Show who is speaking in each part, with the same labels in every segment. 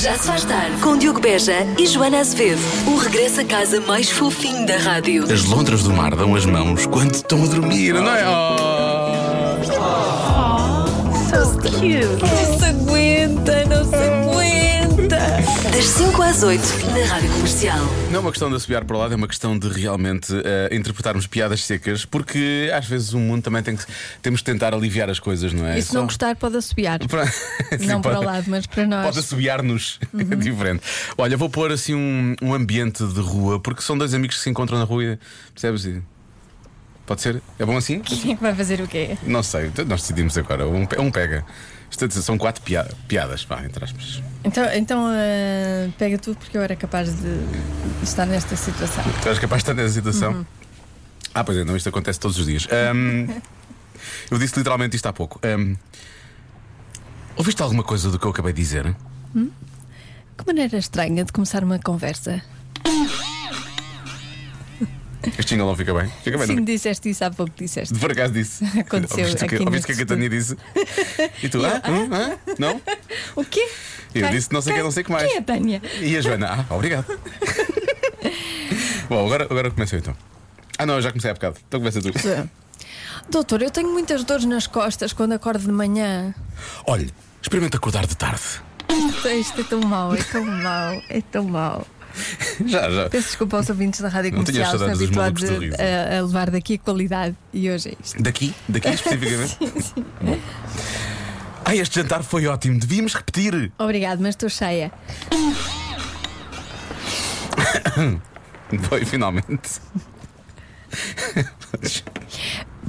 Speaker 1: Já se faz tarde com Diogo Beja e Joana Azevedo. O regresso a casa mais fofinho da rádio.
Speaker 2: As lontras do mar dão as mãos quando estão a dormir, não é? Oh.
Speaker 1: Não se aguenta, não se aguenta. Das 5 às 8 na rádio comercial.
Speaker 2: Não é uma questão de assobiar para o lado, é uma questão de realmente eh, interpretarmos piadas secas, porque às vezes o mundo também tem que. Temos que tentar aliviar as coisas, não é?
Speaker 3: E se não gostar, pode assobiar.
Speaker 2: Pra-
Speaker 3: não
Speaker 2: Sim,
Speaker 3: para o
Speaker 2: pode-
Speaker 3: lado, mas para
Speaker 2: Pode
Speaker 3: nós. Uhum.
Speaker 2: assobiar-nos. É diferente. Olha, vou pôr assim um, um ambiente de rua, porque são dois amigos que se encontram na rua, e- percebes? E- Pode ser? É bom assim?
Speaker 3: Quem é que vai fazer o quê?
Speaker 2: Não sei, então nós decidimos agora. Um, pe- um pega. Isto são quatro pia- piadas, pá, entre aspas.
Speaker 3: Então, então ah, pega tu, porque eu era capaz de estar nesta situação.
Speaker 2: Tu és capaz de é estar nessa situação?
Speaker 3: Uhum.
Speaker 2: Ah, pois é, não, isto acontece todos os dias. Ahm, eu disse literalmente isto há pouco. Ahm, ouviste alguma coisa do que eu acabei de dizer?
Speaker 3: Que maneira estranha de começar uma conversa.
Speaker 2: Este jingle não fica bem? Fica bem,
Speaker 3: Sim,
Speaker 2: não?
Speaker 3: disseste isso há pouco, disseste.
Speaker 2: De vergas disse.
Speaker 3: Aconteceu
Speaker 2: Ouviste o que,
Speaker 3: aqui
Speaker 2: ouviste o que a Catania
Speaker 3: neste
Speaker 2: disse? E tu, ah, hum, ah, não?
Speaker 3: O quê?
Speaker 2: Eu
Speaker 3: Quem-
Speaker 2: disse não sei o que,
Speaker 3: quem-
Speaker 2: não sei o que mais.
Speaker 3: Quem é, Tânia?
Speaker 2: E a Joana, ah, obrigado. Bom, agora, agora começa eu, então. Ah, não, eu já comecei há bocado. Então começa tu.
Speaker 3: Doutor, eu tenho muitas dores nas costas quando acordo de manhã.
Speaker 2: Olha, experimenta acordar de tarde.
Speaker 3: Isto, isto é tão mau, é tão mau, é tão mau.
Speaker 2: Já, já.
Speaker 3: Peço desculpa aos ouvintes da Rádio
Speaker 2: Não tinha
Speaker 3: Comercial, estão
Speaker 2: saudades dos
Speaker 3: habituados
Speaker 2: malucos do riso.
Speaker 3: a, a levar daqui a qualidade e hoje é isto.
Speaker 2: Daqui? Daqui especificamente? Bom. Ah, este jantar foi ótimo, devíamos repetir.
Speaker 3: Obrigado, mas estou cheia.
Speaker 2: Foi, finalmente.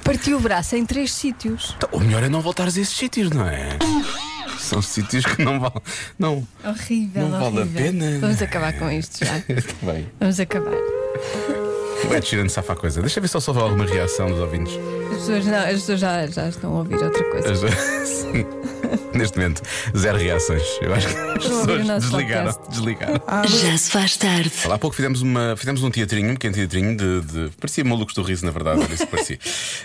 Speaker 3: Partiu o braço em três sítios.
Speaker 2: Então, O melhor é não voltares a esses sítios, não é? São sítios que não valem. Não.
Speaker 3: Horrível,
Speaker 2: Não vale
Speaker 3: horrível.
Speaker 2: a pena.
Speaker 3: Vamos acabar com isto já.
Speaker 2: Bem.
Speaker 3: Vamos acabar.
Speaker 2: O Ed Sheeran safa a coisa. Deixa eu ver se eu houve alguma reação dos ouvintes.
Speaker 3: As pessoas, não, as pessoas já, já estão a ouvir outra coisa.
Speaker 2: As- Sim. Neste momento, zero reações. Eu acho que as
Speaker 3: Estão a ouvir o
Speaker 2: pessoas
Speaker 3: nosso
Speaker 2: desligaram. Desligaram.
Speaker 3: Ah,
Speaker 1: Já se faz tarde.
Speaker 2: Olha, Há pouco fizemos, uma, fizemos um teatrinho, um pequeno teatrinho de. de- parecia malucos do riso, na verdade, era isso que parecia.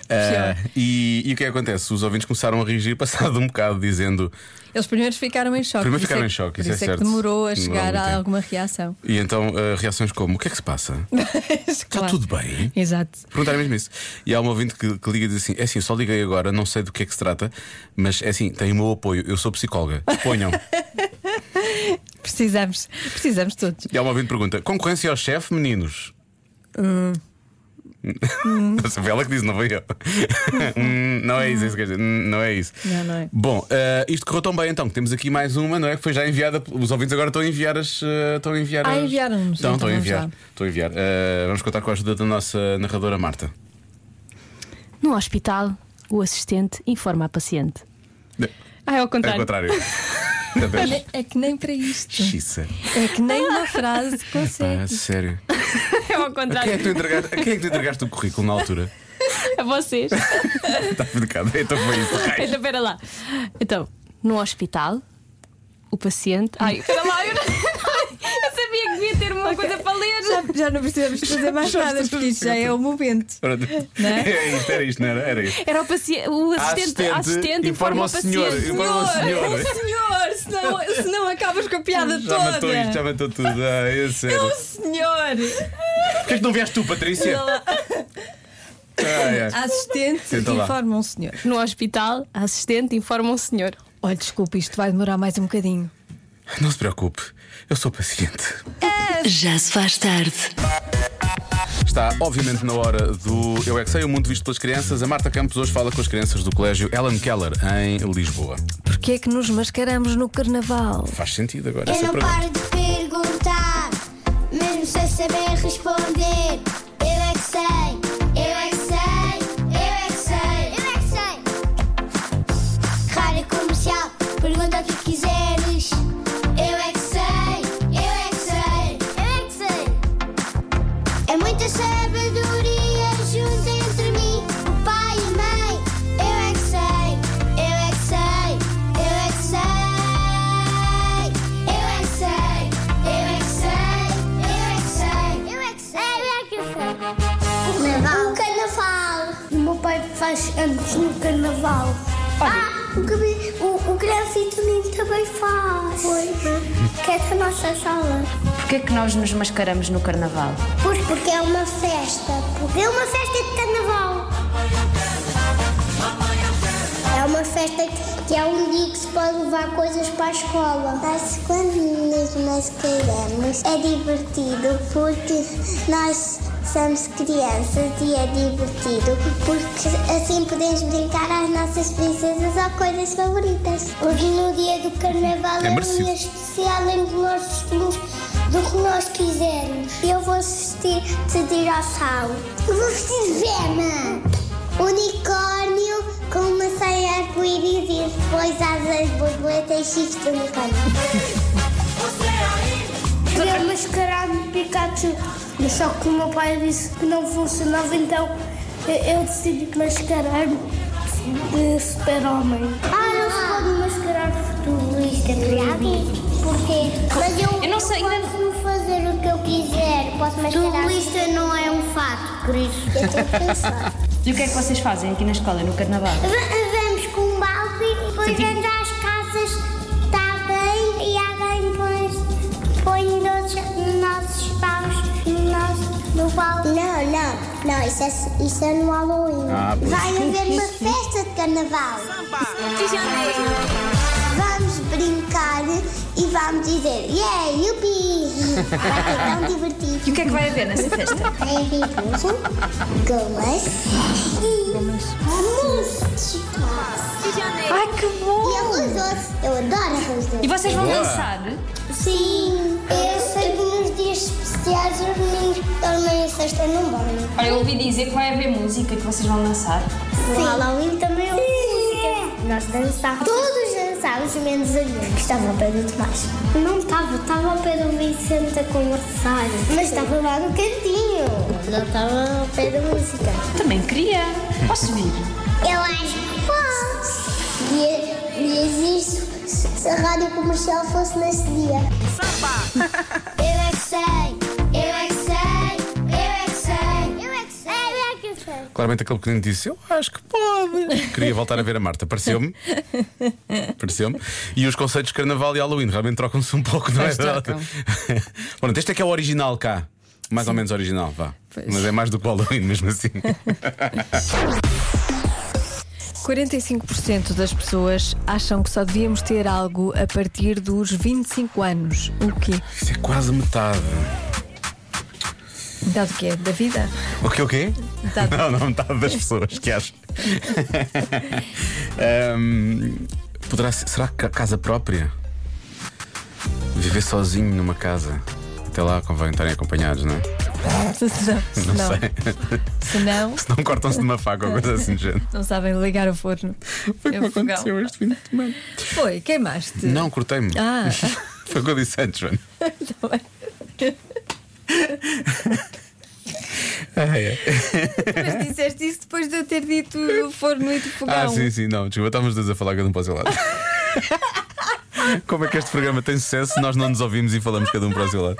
Speaker 2: Ah, e, e o que é que acontece? Os ouvintes começaram a reagir passado um bocado, dizendo.
Speaker 3: Eles primeiros ficaram em choque.
Speaker 2: Primeiro
Speaker 3: por isso
Speaker 2: ficaram
Speaker 3: é-
Speaker 2: em choque,
Speaker 3: por
Speaker 2: isso é
Speaker 3: é
Speaker 2: certo.
Speaker 3: que demorou a
Speaker 2: Demorou
Speaker 3: chegar
Speaker 2: algum
Speaker 3: a
Speaker 2: tempo.
Speaker 3: alguma reação.
Speaker 2: E então ah, reações como: o que é que se passa? Está tudo bem?
Speaker 3: Exato.
Speaker 2: Perguntaram mesmo isso. E há um ouvinte que, que liga e diz assim: é assim, eu só liguei agora, não sei do que é que se trata, mas é assim, tem o meu apoio, eu sou psicóloga. Ponham.
Speaker 3: Precisamos, precisamos todos.
Speaker 2: e há um ouvinte que pergunta: concorrência ao chefe, meninos? Hum. Nossa, foi ela que disse, não foi eu. Hum, não é isso, é isso que eu ia dizer. Hum, não é isso.
Speaker 3: Não, não é.
Speaker 2: Bom, ah, isto correu tão bem então que temos aqui mais uma, não é? Que foi já enviada. Os ouvintes agora estão a enviar as. ah, estão a enviar
Speaker 3: Ah,
Speaker 2: as-
Speaker 3: enviaram-nos,
Speaker 2: Estão, estão
Speaker 3: então
Speaker 2: a
Speaker 3: vamos
Speaker 2: enviar.
Speaker 3: lá.
Speaker 2: Estão a enviar. Ah, vamos contar com a ajuda da nossa narradora Marta.
Speaker 4: No hospital, o assistente informa a paciente.
Speaker 5: Ah, é ao
Speaker 2: É o
Speaker 5: contrário.
Speaker 2: contrário. Meu Deus.
Speaker 3: É que nem para isto.
Speaker 2: Xissa.
Speaker 3: É que nem uma frase
Speaker 2: Ah,
Speaker 3: consegue.
Speaker 2: sério.
Speaker 5: É ao
Speaker 2: A quem, é
Speaker 5: contrário.
Speaker 2: que tu entregaste, a quem é que tu entregaste o currículo na altura?
Speaker 5: É vocês.
Speaker 2: Está complicado. Então foi isso. Ai,
Speaker 5: Então, pera lá. Então,
Speaker 4: No hospital, o paciente. Ai,
Speaker 5: ai,
Speaker 2: Tá.
Speaker 5: pera lá, eu, não... eu sabia que devia ter uma coisa para ler.
Speaker 3: Já, já não precisamos fazer mais nada, porque isto já é o momento.
Speaker 2: pronto.
Speaker 3: é?
Speaker 2: Era isto, era isto, não era? Era isto.
Speaker 4: era o paciente. O
Speaker 2: A
Speaker 4: assistente, a assistente informa o
Speaker 2: senhor.
Speaker 4: paciente.
Speaker 2: Informa é o senhor.
Speaker 3: Senhor, senão, senão acabas com a piada
Speaker 2: Já matou isto,
Speaker 3: toda. Um
Speaker 2: já matou tudo. Ah, é sério.
Speaker 3: Senhor,
Speaker 2: Porquê é que não vieste tu, Patrícia? Ai, ai.
Speaker 3: a assistente
Speaker 2: Senta lá.
Speaker 3: informa um senhor.
Speaker 5: No hospital, a assistente informa o senhor.
Speaker 3: Olha, desculpe, isto vai demorar mais um bocadinho. Ah,
Speaker 2: Não se preocupe, eu sou paciente.
Speaker 1: Já se faz tarde.
Speaker 2: Está, obviamente, na hora do Eu É Que Sei, o mundo visto pelas crianças. A Marta Campos hoje fala com as crianças do colégio Ellen Keller, em Lisboa.
Speaker 3: Porquê é que nos mascaramos no carnaval?
Speaker 2: Faz sentido
Speaker 3: É
Speaker 2: agora
Speaker 6: Eu
Speaker 2: essa é
Speaker 6: não
Speaker 2: pergunta.
Speaker 6: paro de perguntar, mesmo sem saber responder. Eu é que sei, eu é que sei, eu é que sei, eu é que sei. Rádio comercial, pergunta o que quiseres. Eu é que sei, eu é que sei, eu é que sei. É muita sabedoria junta entre mim, o pai e a mãe. Eu é que sei, eu é que sei, eu é que sei. Eu é que sei, eu é que sei, eu é que sei, eu é que sei, Um eu é que sei. O carnaval. O meu pai faz anos no carnaval. Ah, O, cabe- o, o grafite lindo também faz. Que é da nossa sala.
Speaker 7: Porquê é que nós nos mascaramos no carnaval?
Speaker 6: Pois porque é uma festa. Porque é uma festa de carnaval. É uma festa que é um dia que se pode levar coisas para a escola. Nós, quando nos mascaramos, é divertido porque nós somos crianças e é divertido porque assim podemos brincar às nossas princesas ou coisas favoritas. Hoje, no dia do carnaval,
Speaker 2: É
Speaker 6: é um
Speaker 2: merecido.
Speaker 6: dia especial em que nós vestimos do que nós quisermos. Eu vou vestir de dinossauro. Eu vou vestir de Vena. Unicórnio com uma saia arco-íris e depois asas, borboletas e chifres de unicórnio. Queria mascarar-me Pikachu, mas só que o meu pai disse que não funcionava, então eu decidi mascarar-me de super-homem. Ah, não se pode mascarar futurista, é proibido. Porquê? Mas eu,
Speaker 5: Eu não sei, ainda
Speaker 6: posso fazer o que eu quiser, posso mascarar. Futurista não é um fato, por isso. Eu tenho que pensar.
Speaker 7: E o que é que vocês fazem aqui na escola, no carnaval?
Speaker 6: V- Vamos com um balde e depois vamos às casas de alguém e alguém põe, põe nos nossos paus no nosso- no balde. Não, não, não, isso é, isso é no Halloween.
Speaker 2: Ah, pois.
Speaker 6: Vai haver uma festa de carnaval. Vamos brincar e vamos dizer Yeah, yupi! Vai ser tão divertido.
Speaker 7: E o que é que vai haver nessa festa?
Speaker 6: Baby Rosa, gomas e mousse de chocolate.
Speaker 7: Ai, que bom!
Speaker 6: E arroz doce. Eu adoro arroz doce.
Speaker 7: E vocês vão
Speaker 2: Boa.
Speaker 7: dançar?
Speaker 6: Sim, eu sei que nos dias especiais os meninos dormem a sexta no banho.
Speaker 7: Olha, eu ouvi dizer que vai haver música que vocês vão dançar.
Speaker 6: No Halloween também houve música. Nós dançávamos. Todos dançávamos, menos a minha. Estava ao pé do Tomás. Não estava, estava ao pé do Vicente a conversar. Mas estava lá no cantinho. Não estava ao pé da música.
Speaker 7: Também queria. Posso vir?
Speaker 6: Eu acho que posso. E, e existe se se a rádio comercial fosse nesse dia. Samba! eu é que sei, eu é que sei, eu é que sei, eu é que sei, eu é que sei.
Speaker 2: Claramente aquele pequenino disse: Eu acho que pode. Queria voltar a ver a Marta. Pareceu-me. Pareceu-me. E os conceitos de carnaval e Halloween realmente trocam-se um pouco, não é?
Speaker 3: Pois trocam.
Speaker 2: Pronto, este é que é o original cá. Mais ou menos original, vá.
Speaker 3: Pois.
Speaker 2: Mas é mais do que o Halloween, mesmo assim.
Speaker 3: 45% das pessoas acham que só devíamos ter algo a partir dos 25 anos. O quê?
Speaker 2: Isso é quase metade.
Speaker 3: Dado o quê? Da vida?
Speaker 2: O quê, o quê?
Speaker 3: Metade.
Speaker 2: Não, não, metade das pessoas que acham. Ahm, poderá ser, será que ca- casa própria? Viver sozinho numa casa. Até lá convém estarem acompanhados, não é?
Speaker 3: Se não, se
Speaker 2: Não,
Speaker 3: não,
Speaker 2: sei.
Speaker 3: se não,
Speaker 2: Se não cortam-se de uma faca ou coisa assim, gente.
Speaker 3: não sabem ligar o forno.
Speaker 2: Foi
Speaker 3: É o fogão.
Speaker 2: este fim de semana.
Speaker 3: Foi, queimaste.
Speaker 2: Não, cortei-me.
Speaker 3: Ah,
Speaker 2: Foi o que eu disse antes, Joana.
Speaker 3: está bem.
Speaker 2: Ah, é.
Speaker 3: Mas disseste isso depois de eu ter dito o forno e do fogão.
Speaker 2: Ah, sim, sim, não. Desculpa, estávamos dois a falar que eu não posso ir lá. Como é que este programa tem sucesso se nós não nos ouvimos e falamos cada um para o seu lado?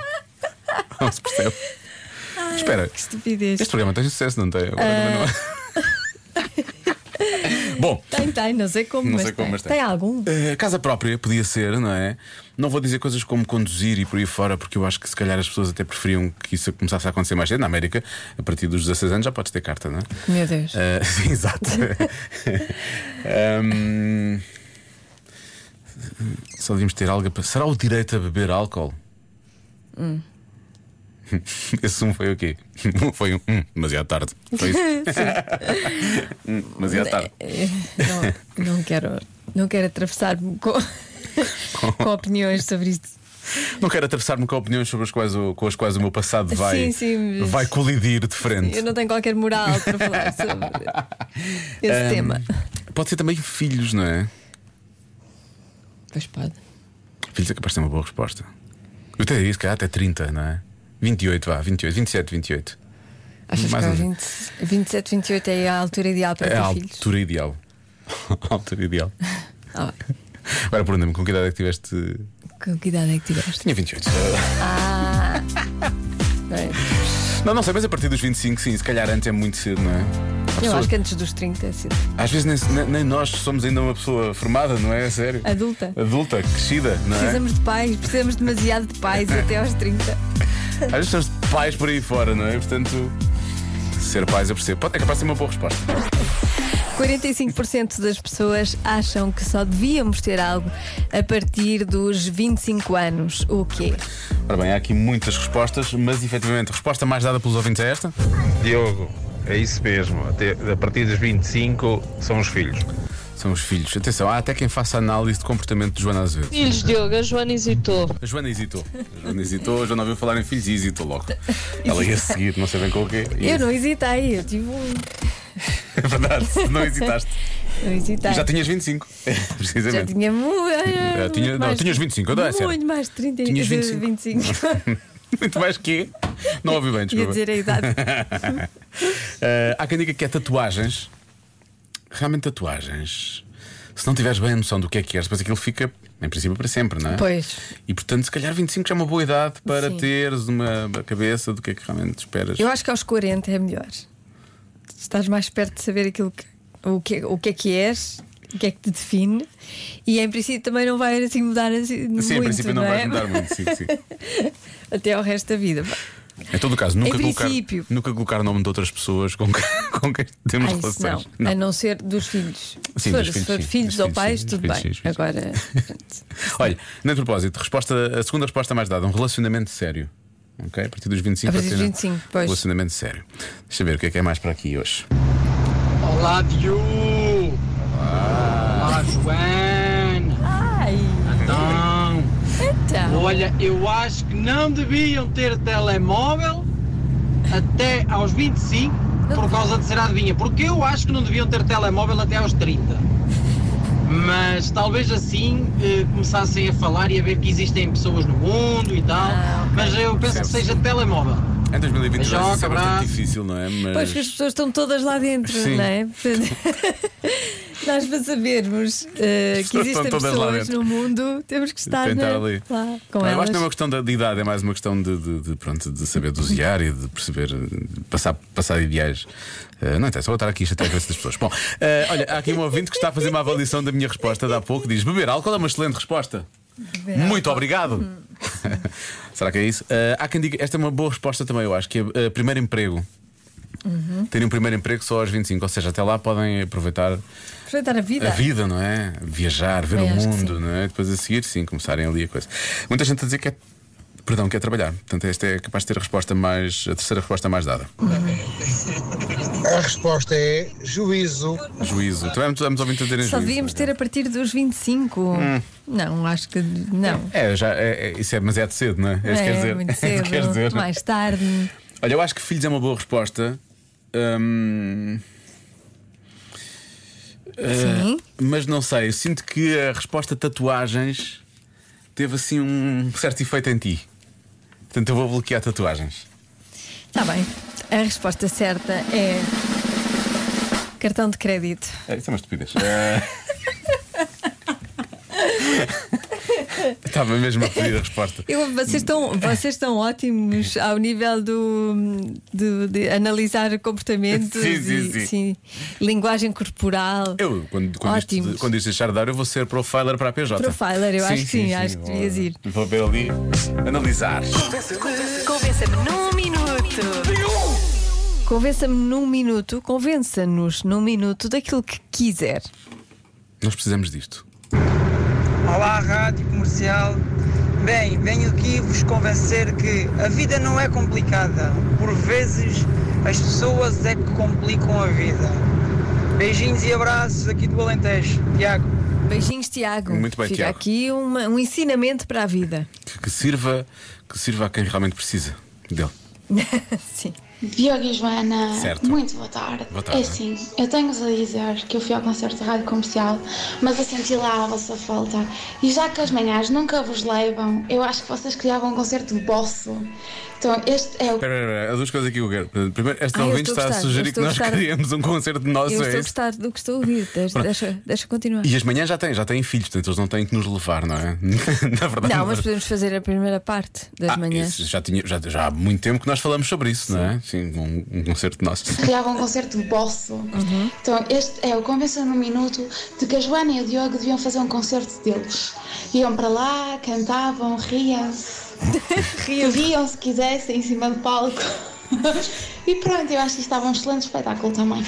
Speaker 2: Não se percebe. Espera,
Speaker 3: Que estupidez.
Speaker 2: este programa tem sucesso, não tem? Agora também não. Bom,
Speaker 3: Tem, tem, não sei como,
Speaker 2: Não
Speaker 3: mas,
Speaker 2: sei como,
Speaker 3: tem.
Speaker 2: mas tem.
Speaker 3: tem algum.
Speaker 2: Eh, casa própria podia ser, não é? Não vou dizer coisas como conduzir e por aí fora, porque eu acho que se calhar as pessoas até preferiam que isso começasse a acontecer mais cedo. Na América, a partir dos 16 anos já podes ter carta, não é?
Speaker 3: Meu Deus.
Speaker 2: Eh, sim, exato. Ahm, só devíamos ter algo. a pa- Será o direito a beber álcool?
Speaker 3: Hum.
Speaker 2: Esse um foi o quê? Foi um. Hum, demasiado tarde. Foi isso. Hum, demasiado tarde.
Speaker 3: Eh, Não, não quero, não quero atravessar-me com, com opiniões sobre isto. é-
Speaker 2: Não quero atravessar-me com opiniões sobre as quais o, com as quais o meu passado vai,
Speaker 3: Sim, sim, mas-
Speaker 2: vai colidir de frente.
Speaker 3: Eu não tenho qualquer moral para falar sobre esse
Speaker 2: Ahm,
Speaker 3: tema.
Speaker 2: Pode ser também filhos, não é?
Speaker 3: Pois pode.
Speaker 2: Filhos é capaz de ter uma boa resposta. Eu até diria, se calhar, até 30, não é? 28, vá, 28, 27, 28.
Speaker 3: Achas
Speaker 2: Mais
Speaker 3: que
Speaker 2: um.
Speaker 3: aos 20, 27, 28 é a altura ideal para
Speaker 2: É
Speaker 3: ter
Speaker 2: a
Speaker 3: filhos?
Speaker 2: altura ideal. A altura ideal.
Speaker 3: Ah, bem.
Speaker 2: Agora pergunta-me com que idade é que tiveste.
Speaker 3: com que idade é que tiveste?
Speaker 2: Tinha 28.
Speaker 3: Bem,
Speaker 2: Não, não sei, mas a partir dos 25, sim, se calhar antes é muito cedo, não é?
Speaker 3: Eu
Speaker 2: pessoa-
Speaker 3: acho que antes dos 30 é cedo.
Speaker 2: Às vezes nem, nem- nem nós somos ainda uma pessoa formada, não é? A sério?
Speaker 3: Adulta.
Speaker 2: Adulta, crescida, não é?
Speaker 3: Precisamos de pais, precisamos demasiado de pais até aos 30.
Speaker 2: Às vezes somos de pais por aí fora, não é? Portanto, ser pais eu percebo. Pode, é capaz de ser uma boa resposta.
Speaker 3: 45% das pessoas acham que só devíamos ter algo a partir dos 25 anos. O quê?
Speaker 2: Ora bem, há aqui muitas respostas, mas efetivamente a resposta mais dada pelos ouvintes é esta.
Speaker 8: Diogo, é isso mesmo. Até, a partir dos 25 são os filhos.
Speaker 2: São os filhos. Atenção, há até quem faça análise de comportamento de Joana Azevedo.
Speaker 9: Filhos, Diogo, a Joana hesitou.
Speaker 2: A Joana hesitou. A Joana hesitou, a Joana ouviu falar em filhos e hesitou logo. Ela ia seguir, não sei bem com o quê. E-
Speaker 3: Eu não hesitei, eu tive um.
Speaker 2: É verdade, não hesitaste.
Speaker 3: Não hesitei.
Speaker 2: Já tinhas 25.
Speaker 3: Já
Speaker 2: Precisamente.
Speaker 3: tinha mu-
Speaker 2: Já tinha-
Speaker 3: muito
Speaker 2: não,
Speaker 3: mais-
Speaker 2: tinhas 25, eu dou, é sério.
Speaker 3: Muito mais de 30 e
Speaker 2: Tinhas
Speaker 3: de
Speaker 2: 25.
Speaker 3: 25.
Speaker 2: Muito mais que. Não ouvi bem,
Speaker 3: Ia
Speaker 2: desculpa.
Speaker 3: dizer a idade.
Speaker 2: Eh, há quem diga que é tatuagens. Realmente, tatuagens. Se não tiveres bem a noção do que é que és, depois aquilo fica, em princípio, para sempre, não é?
Speaker 3: Pois.
Speaker 2: E portanto, se calhar 25 já é uma boa idade para
Speaker 3: Sim.
Speaker 2: teres uma cabeça do que é que realmente esperas.
Speaker 3: Eu acho que aos 40 é melhor. Estás mais perto de saber aquilo que, o, que, o que é que és, o que é que te define, e em princípio também não vai assim mudar assim, muito.
Speaker 2: sim, em princípio não,
Speaker 3: é?
Speaker 2: vais mudar muito. Sim, sim.
Speaker 3: Até ao resto da vida.
Speaker 2: Em todo o caso, nunca, colocar,
Speaker 3: princípio.
Speaker 2: nunca colocar o nome de outras pessoas com, que- com quem temos
Speaker 3: Ah, isso não.
Speaker 2: relações.
Speaker 3: A não ser dos filhos.
Speaker 2: Sim,
Speaker 3: se for,
Speaker 2: dos filhos,
Speaker 3: se for
Speaker 2: sim.
Speaker 3: filhos
Speaker 2: Dos
Speaker 3: ou
Speaker 2: filhos,
Speaker 3: pais,
Speaker 2: sim, dos
Speaker 3: tudo
Speaker 2: filhos,
Speaker 3: bem.
Speaker 2: sim, dos filhos.
Speaker 3: Agora.
Speaker 2: Olha, nem de propósito, resposta, a segunda resposta mais dada, um relacionamento sério. Ok? A partir dos 25
Speaker 3: A partir dos
Speaker 2: relaciona-
Speaker 3: 25, pois.
Speaker 2: Relacionamento sério. Deixa eu ver o que é que é mais para aqui hoje.
Speaker 10: Olá, Diogo! Olá, Joana!
Speaker 3: Ai,
Speaker 10: Então,
Speaker 3: então.
Speaker 10: olha, eu acho que não deviam ter telemóvel até aos 25 por causa de ser adivinha. Porque eu acho que não deviam ter telemóvel até aos 30. Mas talvez assim eh, começassem a falar e a ver que existem pessoas no mundo e tal. Mas eu penso que seja telemóvel.
Speaker 2: Em 2022
Speaker 10: Beijoca,
Speaker 2: isso é
Speaker 10: abraço.
Speaker 2: bastante difícil, não é? Mas
Speaker 3: Pois que as pessoas estão todas lá dentro,
Speaker 2: Sim.
Speaker 3: não é? Nós para sabermos eh, que
Speaker 2: Estão
Speaker 3: existem
Speaker 2: todas lá
Speaker 3: pessoas
Speaker 2: dentro.
Speaker 3: no mundo, temos que estar
Speaker 2: Tentar
Speaker 3: na-
Speaker 2: ali.
Speaker 3: lá com
Speaker 2: Não, eu
Speaker 3: elas.
Speaker 2: acho que não é uma questão da- de, idade, é mais uma questão de, de- de, pronto, de saber dosear e de perceber, de passar, passar ideais. Eh, não interessa, vou estar aqui a chatear a cabeça das pessoas. Bom, eh, olha, há aqui um ouvinte que está a fazer uma avaliação da minha resposta de há pouco. Diz: beber álcool é uma excelente resposta. Muito obrigado.
Speaker 3: Hum.
Speaker 2: Será que é isso? Eh, há quem diga, esta é uma boa resposta também, eu acho, que é eh, primeiro emprego.
Speaker 3: Uhum.
Speaker 2: Terem um primeiro emprego só aos 25, ou seja, até lá podem aproveitar
Speaker 3: Aproveitar a vida.
Speaker 2: a vida, não é? Viajar, ver
Speaker 3: Bem,
Speaker 2: o
Speaker 3: acho que
Speaker 2: mundo, não é? Depois a seguir, sim, começarem ali a coisa. Muita gente a dizer que é. Perdão, que é trabalhar. Portanto, esta é capaz de ter a resposta mais. a terceira resposta mais dada.
Speaker 11: A resposta é juízo.
Speaker 2: Juízo. Também estamos ouvindo a dizer em
Speaker 3: Só
Speaker 2: juízo.
Speaker 3: devíamos ter a partir dos 25.
Speaker 2: Hum.
Speaker 3: Não, acho que não.
Speaker 2: É, já, é, é- isso é, mas é de cedo, não é? É isso que quer dizer.
Speaker 3: muito
Speaker 2: É isso
Speaker 3: cedo,
Speaker 2: que quer dizer.
Speaker 3: mais tarde.
Speaker 2: Olha, eu acho que filhos é uma boa resposta. Hum,
Speaker 3: Sim.
Speaker 2: eh, mas não sei, eu sinto que a resposta tatuagens teve assim um certo efeito em ti. Portanto, eu vou bloquear tatuagens.
Speaker 3: Está Tá bem. A resposta certa é. Cartão de crédito.
Speaker 2: É, isso é uma estupidez. Eh, Estava mesmo a pedir a resposta.
Speaker 3: Eu- vocês, estão, vocês estão ótimos ao nível do, do- de analisar comportamentos
Speaker 2: Sim, sim,
Speaker 3: e
Speaker 2: sim.
Speaker 3: linguagem corporal.
Speaker 2: Eu, quando, quando, isto,
Speaker 3: Ótimos.
Speaker 2: quando isto deixar de dar, eu vou ser profiler para a PJ.
Speaker 3: Profiler, eu acho que sim, acho que devias ir.
Speaker 2: Vou ver ali, analisar.
Speaker 1: Convença-me num minuto.
Speaker 3: Convença-me num minuto, convença-nos num minuto daquilo que quiser.
Speaker 2: Nós precisamos disto.
Speaker 10: Olá, Rádio Comercial. Bem, venho aqui vos convencer que a vida não é complicada. Por vezes as pessoas é que complicam a vida. Beijinhos e abraços aqui do Alentejo. Tiago.
Speaker 3: Beijinhos, Tiago.
Speaker 2: Muito bem,
Speaker 3: Fica
Speaker 2: Tiago.
Speaker 3: aqui uma- um ensinamento para a vida.
Speaker 2: Que, que sirva, que sirva a quem realmente precisa dele.
Speaker 3: Sim.
Speaker 12: Diogo e Joana,
Speaker 2: Certo.
Speaker 12: muito boa tarde.
Speaker 2: Boa tarde.
Speaker 12: É assim, eu tenho-vos a dizer que eu fui ao concerto da rádio comercial, mas eu senti lá a vossa falta. E já que as manhãs nunca vos levam, eu acho que vocês criavam um concerto vosso. Então, este é o
Speaker 2: Espera, espera, espera, há duas coisas aqui que eu quero. Primeiro, esta
Speaker 3: Ah, eu
Speaker 2: ouvinte está
Speaker 3: estou a
Speaker 2: a
Speaker 3: gostar, eu
Speaker 2: sugerir que
Speaker 3: estou a
Speaker 2: nós
Speaker 3: gostar.
Speaker 2: criemos um concerto nosso. é
Speaker 3: Eu estou a
Speaker 2: esse?
Speaker 3: gostar do que estou a ouvir. Deixa, deixa, deixa continuar.
Speaker 2: E as manhãs já têm, já têm filhos, portanto eles não têm que nos levar, não é? Na verdade.
Speaker 3: Não, mas podemos fazer a primeira parte das
Speaker 2: Ah,
Speaker 3: manhãs.
Speaker 2: isso já, tinha, já, já há muito tempo que nós falamos sobre isso, não é? Sim, um, um concerto nosso.
Speaker 12: criava um concerto de bolso. Então, este é o Convença num Minuto de que a Joana e o Diogo deviam fazer um concerto deles. Iam para lá, cantavam, riam-se. riam se quisessem em cima do palco. e pronto, eu acho que isto estava um excelente espetáculo também.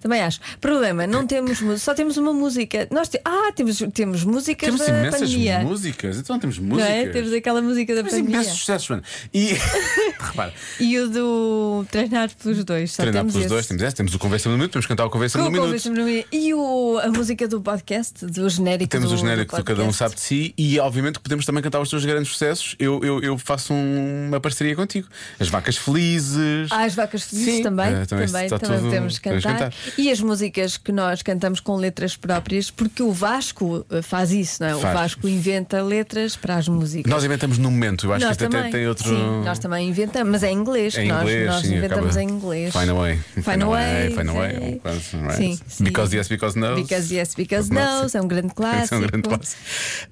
Speaker 3: Também acho. Problema, não temos música, só temos uma música. Nós te- Ah, temos, temos músicas
Speaker 2: Temos
Speaker 3: da
Speaker 2: imensas
Speaker 3: pandemia.
Speaker 2: músicas. Então temos
Speaker 3: Não
Speaker 2: músicas.
Speaker 3: é? Temos aquela música da
Speaker 2: Temos
Speaker 3: pandemia.
Speaker 2: imensos sucessos, mano. E. Repara,
Speaker 3: E o do Treinar pelos dois. Só
Speaker 2: treinar
Speaker 3: temos
Speaker 2: pelos
Speaker 3: esse.
Speaker 2: dois, temos esse, temos o Conversa no Minuto, temos que cantar o Conversa
Speaker 3: Com
Speaker 2: no
Speaker 3: o
Speaker 2: Minuto.
Speaker 3: Convença-me no Minuto. E o, a música do podcast, do genérico.
Speaker 2: Temos
Speaker 3: do,
Speaker 2: o genérico do, Cada Um
Speaker 3: podcast.
Speaker 2: Sabe de Si e, obviamente, que podemos também cantar os teus grandes sucessos. Eu, eu, eu faço um- uma parceria contigo. As Vacas Felizes.
Speaker 3: Ah, as vacas felizes
Speaker 2: Sim.
Speaker 3: também,
Speaker 2: Ah, também
Speaker 3: também,
Speaker 2: isso
Speaker 3: também,
Speaker 2: está tudo-
Speaker 3: podemos
Speaker 2: podemos
Speaker 3: cantar.
Speaker 2: cantar.
Speaker 3: E as músicas que nós cantamos com letras próprias, porque o Vasco eh, faz isso, não é?
Speaker 2: Faz.
Speaker 3: O Vasco inventa letras para as músicas.
Speaker 2: Nós inventamos no momento, eu acho
Speaker 3: Nós
Speaker 2: que isto até
Speaker 3: também.
Speaker 2: tem outro.
Speaker 3: Sim, nós também inventamos, mas é em inglês.
Speaker 2: Em
Speaker 3: nós
Speaker 2: inglês,
Speaker 3: nós
Speaker 2: sim,
Speaker 3: inventamos
Speaker 2: acaba-
Speaker 3: em inglês.
Speaker 2: Find a way.
Speaker 3: Find a way,
Speaker 2: Find a way.
Speaker 3: sim.
Speaker 2: ou um quase, right?
Speaker 3: Sim, sim.
Speaker 2: Because yes, because no.
Speaker 3: Because yes, because
Speaker 2: Not
Speaker 3: no, é um grande
Speaker 2: Esse
Speaker 3: clássico.
Speaker 2: é um grande clássico.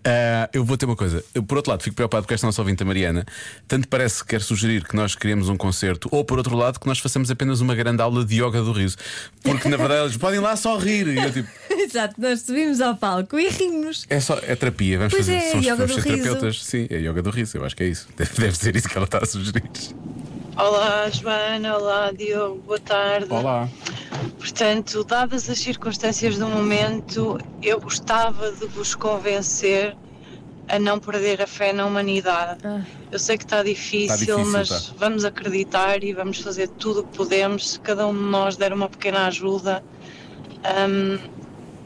Speaker 2: Ah, eu vou ter uma coisa. Eu, por outro lado, fico preocupado porque esta nossa ouvinte, a Mariana, tanto parece que quer sugerir que nós criemos um concerto, ou por outro lado, que nós façamos apenas uma grande aula de yoga do riso. Porque na verdade eles podem lá só rir. E eu, tipo,
Speaker 3: Exato, nós subimos ao palco e rimos.
Speaker 2: é só é terapia, vamos
Speaker 3: Pois
Speaker 2: fazer.
Speaker 3: é,
Speaker 2: somos,
Speaker 3: yoga
Speaker 2: vamos
Speaker 3: do
Speaker 2: ser
Speaker 3: riso.
Speaker 2: terapeutas. Sim, é yoga do riso. Eu acho que é isso. Deve, deve ser isso que ela está a sugerir.
Speaker 13: Olá, Joana. Olá, Diogo. Boa tarde. Portanto, dadas as circunstâncias do momento, eu gostava de vos convencer a não perder a fé na humanidade. Eu sei que está difícil,
Speaker 14: Está difícil,
Speaker 13: mas
Speaker 14: está.
Speaker 13: vamos acreditar e vamos fazer tudo o que podemos. Se cada um de nós der uma pequena ajuda, hum,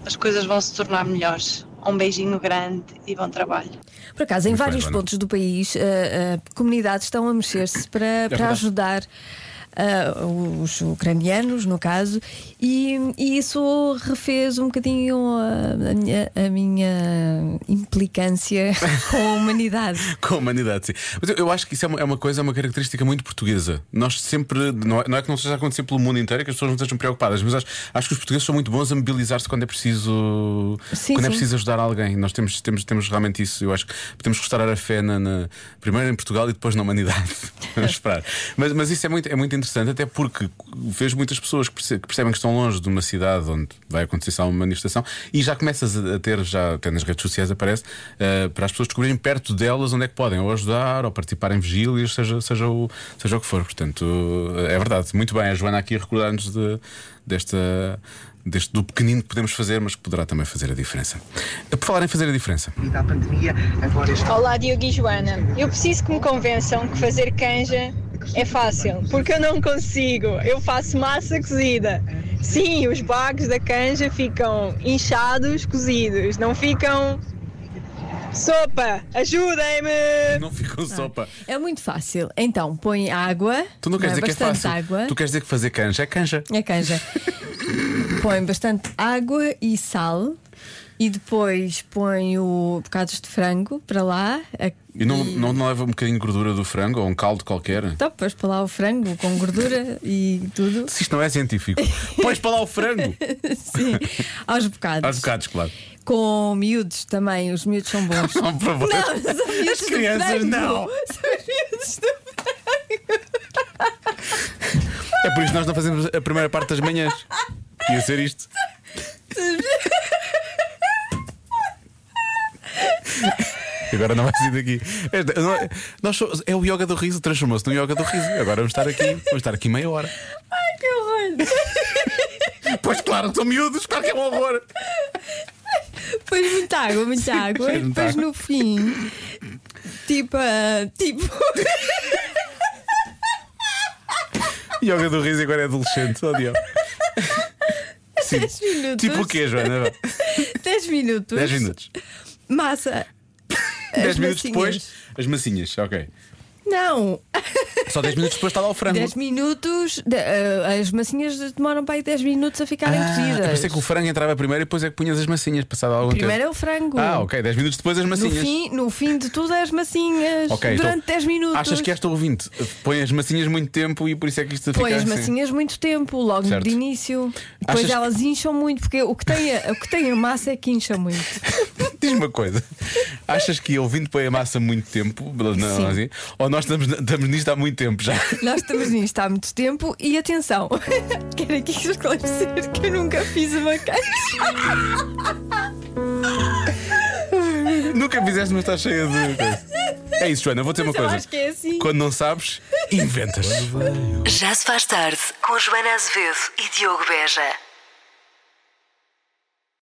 Speaker 13: as coisas vão se tornar melhores. Um beijinho grande e bom trabalho.
Speaker 3: Por acaso, em
Speaker 13: Muito bem,
Speaker 3: vários
Speaker 13: Joana.
Speaker 3: pontos do país, eh, eh, comunidades estão a mexer-se para, para
Speaker 13: É verdade.
Speaker 3: ajudar. eh, os ucranianos, no caso, e, e isso refez um bocadinho a, a minha, a minha implicância com a humanidade.
Speaker 2: Com a humanidade, sim. Mas eu, eu acho que isso é uma, é uma coisa, é uma característica muito portuguesa. Nós sempre, não é, não é que não seja a acontecer pelo mundo inteiro, é que as pessoas não estejam preocupadas, mas acho, acho que os portugueses são muito bons a mobilizar-se quando é preciso
Speaker 15: Sim,
Speaker 2: quando é
Speaker 15: sim.
Speaker 2: preciso ajudar alguém. Nós temos, temos, temos realmente isso. Eu acho que podemos restaurar a fé na, na- primeiro em Portugal e depois na humanidade. Vamos esperar. Mas, mas isso é muito, é muito interessante, até porque vejo muitas pessoas que perce- que percebem que estão longe de uma cidade onde vai acontecer só uma manifestação e já começas a a ter, já até nas redes sociais aparece, eh, para as pessoas descobrirem perto delas onde é que podem ou ajudar ou participar em vigílias, seja, seja, o, seja o que for. Portanto, eh, é verdade. Muito bem, a Joana aqui a recordar-nos de- desta. Deste do pequenino que podemos fazer, mas que poderá também fazer a diferença. Eh, Por falar em fazer a diferença.
Speaker 16: Olá, Diogo e Joana. Eu preciso que me convençam que fazer canja é fácil, porque eu não consigo. Eu faço massa cozida. Sim, os bagos da canja ficam inchados, cozidos, não ficam. Sopa, ajudem-me!
Speaker 2: Não ficam sopa.
Speaker 3: É muito fácil. Então, põe água.
Speaker 2: Tu não queres
Speaker 3: é?
Speaker 2: dizer que é
Speaker 3: bastante
Speaker 2: fácil.
Speaker 3: água.
Speaker 2: Tu queres dizer que fazer canja é canja.
Speaker 3: É canja. põe bastante água e sal. E depois põe o bocados de frango para lá. A-
Speaker 2: E não, não, não leva um bocadinho de gordura do frango ou um caldo qualquer?
Speaker 3: Então, pões para lá o frango com gordura e tudo.
Speaker 2: Se isto não é científico, pões para lá o frango.
Speaker 3: Sim, aos bocados.
Speaker 2: Aos bocados, claro.
Speaker 3: Com miúdos também, os miúdos são bons.
Speaker 2: Não, por favor.
Speaker 3: Não, são miúdos
Speaker 2: As
Speaker 3: do
Speaker 2: crianças,
Speaker 3: frango.
Speaker 2: não.
Speaker 3: São miúdos do
Speaker 2: É por isso que nós não fazemos a primeira parte das manhãs. Ia ser isto. Agora não vai sair daqui. Esta- não é- Nós somos- é o yoga do riso, transformou-se no yoga do riso. Agora vamos estar aqui, vamos estar aqui meia hora.
Speaker 3: Ai, que horror!
Speaker 2: Pois claro, são miúdos, claro que é um horror.
Speaker 3: Pões muita água, muita água. E
Speaker 2: muita
Speaker 3: depois
Speaker 2: água.
Speaker 3: no fim, tipo. ah, tipo.
Speaker 2: Yoga do riso agora é adolescente, ó diabo. Sim.
Speaker 3: 10 minutos.
Speaker 2: Tipo o quê, Joana?
Speaker 3: 10 minutos.
Speaker 2: 10 minutos.
Speaker 3: Massa.
Speaker 2: 10 minutos
Speaker 3: As massinhas.
Speaker 2: depois, as massinhas, ok.
Speaker 3: Não,
Speaker 2: Só 10 minutos depois está lá o frango.
Speaker 3: 10 minutos. de- ah, as massinhas demoram para aí 10 minutos a ficarem
Speaker 2: Ah, eu pensei
Speaker 3: cozidas.
Speaker 2: que o frango entrava primeiro e depois é que punhas as massinhas, passado algum
Speaker 3: Primeiro é
Speaker 2: tempo.
Speaker 3: o frango.
Speaker 2: Ah, ok, 10 minutos depois as
Speaker 3: no,
Speaker 2: massinhas.
Speaker 3: fim, no fim de tudo, é as massinhas.
Speaker 2: Ok, então,
Speaker 3: Durante 10 minutos.
Speaker 2: Achas que esta ouvinte põe as massinhas muito tempo e por isso é que isto fica
Speaker 3: Põe as
Speaker 2: assim?
Speaker 3: massinhas muito tempo, logo
Speaker 2: Certo.
Speaker 3: de início. Depois
Speaker 2: Achas que-
Speaker 3: elas incham muito, porque o que tem, a- o que tem a massa é que incha muito.
Speaker 2: Diz-me uma coisa. Achas que a ouvinte põe a massa muito tempo? Não,
Speaker 3: Sim.
Speaker 2: assim? Ou nós estamos, estamos nisto há muito tempo já.
Speaker 3: Nós estamos nisto há muito tempo e atenção, quero aqui esclarecer que eu nunca fiz uma caixa.
Speaker 2: Nunca fizeste, mas estás cheia de. coisa. É isso, Joana, vou dizer
Speaker 3: Mas
Speaker 2: uma
Speaker 3: eu
Speaker 2: coisa.
Speaker 3: acho que é assim.
Speaker 2: Quando não sabes, inventas.
Speaker 1: Já se faz tarde com Joana Azevedo e Diogo Beja.